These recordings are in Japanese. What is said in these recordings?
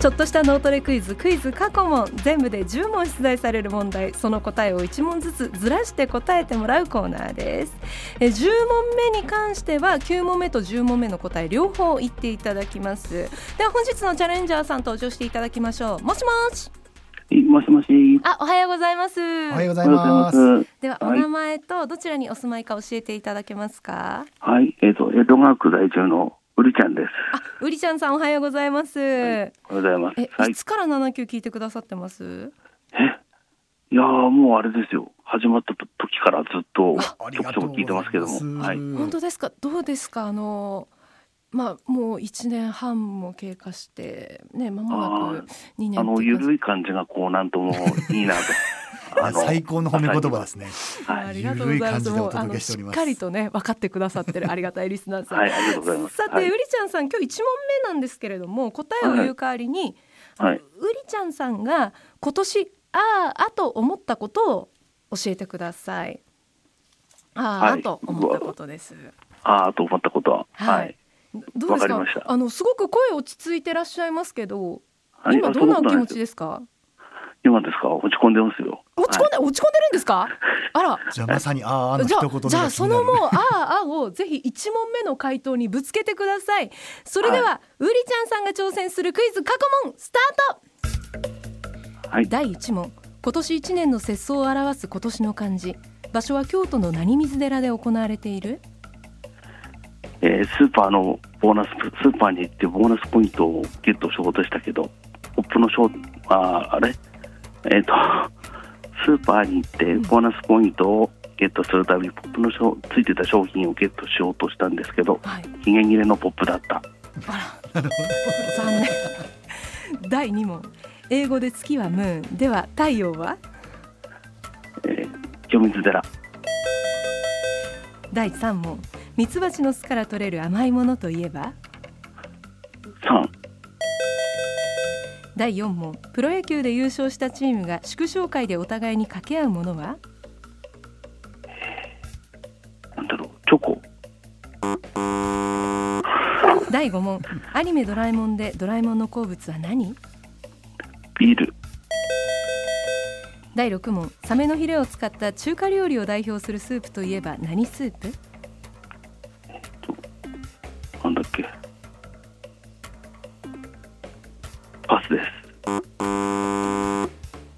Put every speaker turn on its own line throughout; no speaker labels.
ちょっとした脳トレクイズクイズ過去問全部で10問出題される問題その答えを1問ずつずらして答えてもらうコーナーですえ10問目に関しては9問目と10問目の答え両方言っていただきますでは本日のチャレンジャーさん登場していただきましょうもしもし
もしもし。
あおはようございます
おはようご
おはい
ざ
ようござい
ま
ます
す。。
ではお
はい
名前とどちらにお住まいか教えていただけますか
はい、えっ、と、江戸川区在住のうりちゃんです。
あうりちゃんさんおはようございます、
おはようございます。
え、
はい
い、つから7級聞いてくださってます
いやー、もうあれですよ。始まった時からずっと
あ
ちょこちょこ聞いてますけども。はい。
本当ですかどうですかあのまあもう1年半も経過してねまもな
あ
く2年
あの、ゆる
い
い感じがこう、なんともいいなと。
あ最高の褒め言葉ですね。
はい
ありがとうございます
ゆるい感じでお
もうあ
届
の
けして
し
おり
っ
ます
かりとね分かってくださってる ありがたいリスナーさん、
はい、ありがとうございます。
さて、
は
う
い
り、ちゃんさん今日1問目なんですけれども答えを言う代わりに、
は
う
い
りちゃんさんが今年あああと思ったことを教えてくださいああ、
はい
あと思ったことです
ああ、と思ったことは。
は
はいい。
どうですか
わかりました
あのすごく声落ち着いてらっしゃいますけど
はい
今
あ
どんなお
そ
気
とい
持
です
ちですか
今ですか落ち込んでますよ。
落ち込ん
で、
で、落ち込んでるんですかあら
じゃあまさにあーあの
じ
一
ゃ
言
あ
目が気に
じゃ
な
あ
る。
そのもうあああをぜひ一問目の回答にぶつけてくださいそれでは、
は
うりちゃんさんが挑戦するクイズ過去問スタート
はい。
第1問今年1年の節操を表す今年の漢字場所は京都の何水寺で行われている
えースーパーのボーナス、スーパーに行ってボーナスポイントをゲットしようとしたけど、コップのショー、あーあれえっ、と、 スーパーに行ってボーナスポイントをゲットするために、ポップのショーついてた商品をゲットしようとしたんですけど、
はい
期限切れのポップだった。
あら残念 第2問英語で月はムーンでは太陽は
えー清水寺。
第3問ミツバチの巣から取れる甘いものといえば
さん、
第4問プロ野球で優勝したチームが祝勝会でお互いに掛け合うものは
なんだろう、チョコ。
第5問アニメ「ドラえもん」でドラえもんの好物は何
ビール。
第6問サメのヒレを使った中華料理を代表するスープといえば何スープ
なんだっけ。パスです。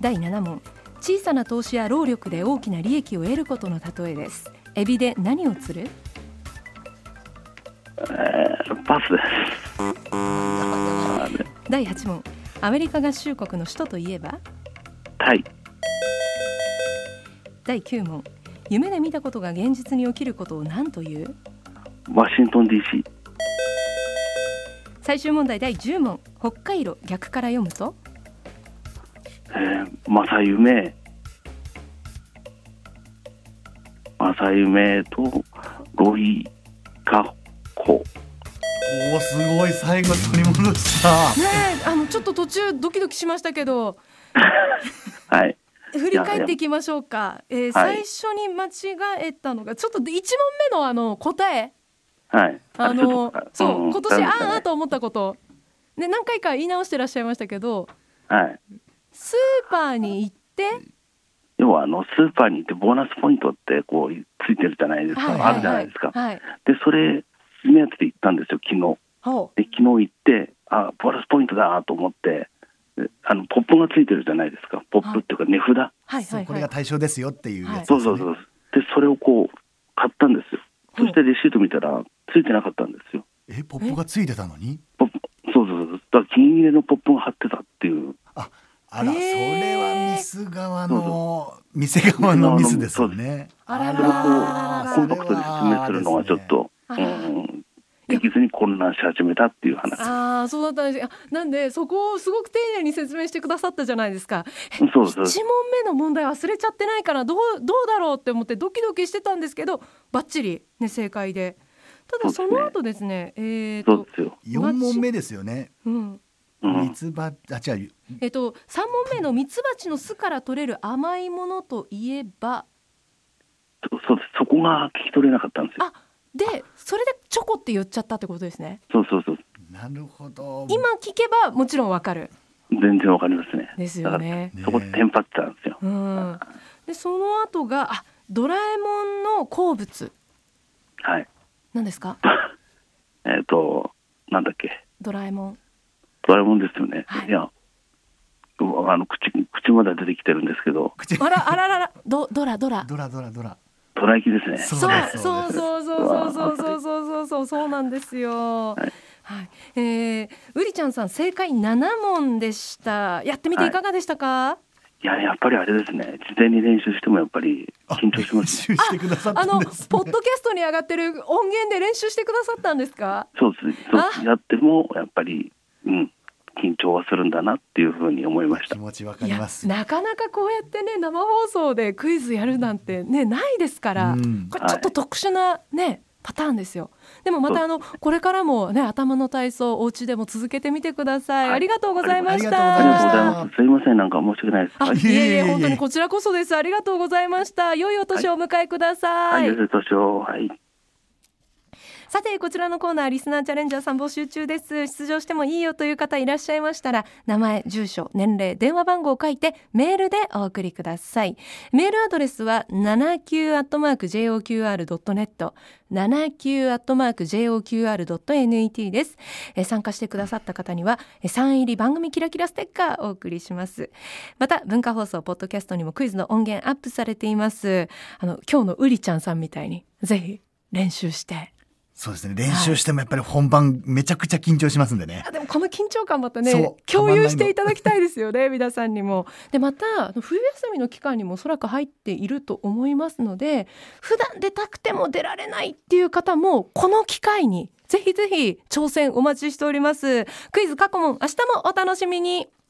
第7問小さな投資や労力で大きな利益を得ることの例えですエビで何を釣る
えーパスです。
第8問アメリカ合衆国の首都といえば
タイ。
第9問夢で見たことが現実に起きることを何という
ワシントン DC
最終問題第10問北海道逆から読むと
えー、正夢正夢とロイカコ
おおすごい最後取り戻した。
ねえあのちょっと途中ドキドキしましたけど
はい
振り返っていきましょうか、えー
はい
最初に間違えたのがちょっと1問目のあの答え
はい
あ の
ちょっ
そう
とん
今年
ダメでし
あ
た
ん
ね
あんと思ったこと、ね、何回か言い直してらっしゃいましたけど
はい
スーパーに行って
要はあのスーパーに行ってボーナスポイントってこうついてるじゃないですか、
はい
あるじゃないですか、
はい
でそれ目当てで行ったんですよ昨日
ほ
で昨日行ってあボーナスポイントだと思ってであのポップがついてるじゃないですかポップっていうか値札、
うはい
そ
は
う
い
これ
は
が
い
対象ですよっていうやつ
そうそうそう。で、それをこう、買ったんですよ。そしてレシート見たら、ついてなかったんですよ。
えポップがついてたのに
ポップそうそうそう。だから、金入れのポップが貼ってたっていう。
ああら、
えー
それはミス側の店側のミスですよね
あらら
それをこ
ら
う、
ら
コ
ら
ンパクトに説明するのがちょっと、
あ
う
ら
ん、できずに混乱し始めたっていう話。
ああそうだったんですあなんでそこをすごく丁寧に説明してくださったじゃないですか
そう
1
そう。
問目の問題忘れちゃってないからどうどうだろうって思ってドキドキしてたんですけどバッチリね正解でただそ
そうですね
の後ですねえっ、
そう
と
ですよ。
四問目ですよね
うん
うん
ミ。ツバあ違う
えっと、3問目のミツバチの巣から取れる甘いものといえば
そうそうです。そこが聞き取れなかったんですよ。
あでそれでチョコって言っちゃったってことですね
そうそうそう。
なるほど。
今聞けばもちろんわかる
全然わかりますね
ですよね。
ね
そこでテンパってたんですよ、
うん、でその後があドラえもんの好物
はい
なんですか
えっ、となんだっけ
ドラえもん
ドラえもんですよね、
はい
い、やうわあの口口まで出てきてるんですけど
口
あらあらららどドラドラ
ドラドラドラ。
ドラ焼きですね
そう
そうです
そうそうそうそうそうそうそうそうそうそうなんですよ。はい、えー、うりちゃんさん正解七問でした。やってみていかがでしたか？
いややっぱりあれですね事前に練習してもやっぱり
あ
緊張しますね
練習してくださっ
あ
た
の
ん
ポッ
です、ね。
ドキャストに上がってる音源で練習してくださったんですか？
そうですそうですやってもやっぱりうん緊張はするんだなっていうふうに思いました
気持ちわか
い
り
や
ます。
なかなかこうやってね生放送でクイズやるなんてねないですから、
うん
これちょっと特殊なねパターンですよでもまたあのこれからもね頭の体操お家でも続けてみてください、
はい
ありがとうございまし
あ
あ
た
り
り
がとうござい
が
ますすいませんなんか申し訳ないです
あ、
はいい、
えいえ
いえいえいえ
本当にこちらこそです。ありがとうございました。良いお年をお迎えくださ。
はいい、よろしくお年をはい
さて、こちらのコーナー、リスナーチャレンジャーさん募集中です。出場してもいいよという方いらっしゃいましたら、名前、住所、年齢、電話番号を書いて、メールでお送りください。メールアドレスは、79-joqr.net、79-joqr.net です。えー参加してくださった方には、えーサイン入り番組キラキラステッカーをお送りします。また、文化放送、ポッドキャストにもクイズの音源アップされています。あの、今日のうりちゃんさんみたいに、ぜひ、練習して
そうですね。練習してもやっぱり本番めちゃくちゃ緊張しますんでね。
あでもこの緊張感また
そう
ね
たまん
共
ないの
有していただきたいですよね皆さんにも。でまたあの冬休みの期間にもおそらく入っていると思いますので普段出たくても出られないっていう方もこの機会にぜひぜひ挑戦お待ちしております。クイズ過去問明日もお楽しみに